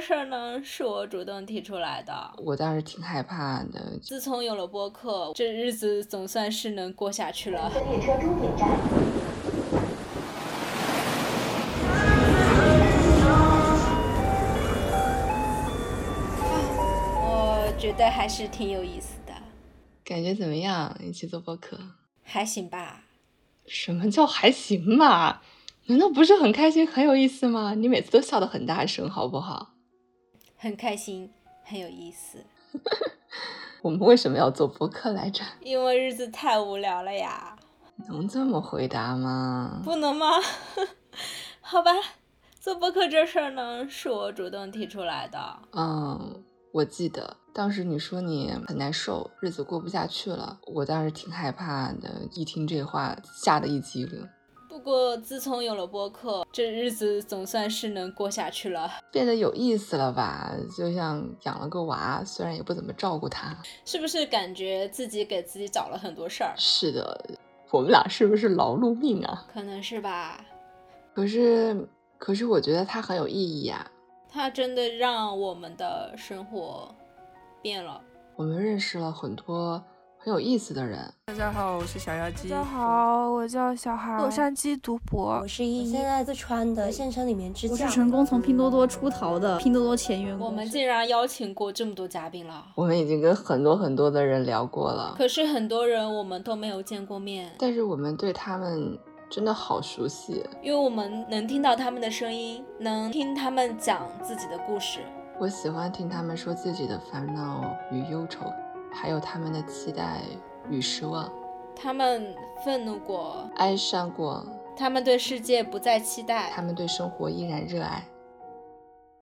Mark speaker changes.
Speaker 1: 事儿呢，是我主动提出来的。
Speaker 2: 我倒是挺害怕的。
Speaker 1: 自从有了播客，这日子总算是能过下去了。
Speaker 3: 本列车终点站。
Speaker 1: 啊我觉得还是挺有意思的，
Speaker 2: 感觉怎么样？一起做播客？
Speaker 1: 还行吧。
Speaker 2: 什么叫还行吧？难道不是很开心、很有意思吗？你每次都笑得很大声，好不好？
Speaker 1: 很开心，很有意思，
Speaker 2: 我们为什么要做播客来着？
Speaker 1: 因为日子太无聊了呀，
Speaker 2: 能这么回答吗？
Speaker 1: 不能吗？ 好吧，做播客这事儿呢，是我主动提出来的。
Speaker 2: 嗯，我记得当时你说你很难受，日子过不下去了，我当时挺害怕的，一听这话吓得一激灵，
Speaker 1: 不过自从有了播客，这日子总算是能过下去了，
Speaker 2: 变得有意思了吧？就像养了个娃，虽然也不怎么照顾他。
Speaker 1: 是不是感觉自己给自己找了很多事儿？
Speaker 2: 是的，我们俩是不是劳碌命啊？
Speaker 1: 可能是吧。
Speaker 2: 可是，可是我觉得它很有意义啊。
Speaker 1: 它真的让我们的生活变了。
Speaker 2: 我们认识了很多很有意思的人，
Speaker 4: 大家好，我是小妖姬。
Speaker 5: 大家，好，我叫小孩，洛杉矶读博
Speaker 6: 我。是依依，
Speaker 7: 现在四川的县城里面支
Speaker 8: 我是
Speaker 7: 教
Speaker 8: 成功从拼多多出逃的拼多多前员工。
Speaker 1: 我们竟然邀请过这么多嘉宾了，
Speaker 2: 我们已经跟很多很多的人聊过了，
Speaker 1: 可是很多人我们都没有见过面，
Speaker 2: 但是我们对他们真的好熟悉。
Speaker 1: 因为我们能听到他们的声音，能听他们讲自己的故事。
Speaker 2: 我喜欢听他们说自己的烦恼与忧愁，还有他们的期待与失望，
Speaker 1: 他们愤怒过，
Speaker 2: 哀伤过，
Speaker 1: 他们对世界不再期
Speaker 2: 他
Speaker 1: 待，
Speaker 2: 们对生活依然热爱。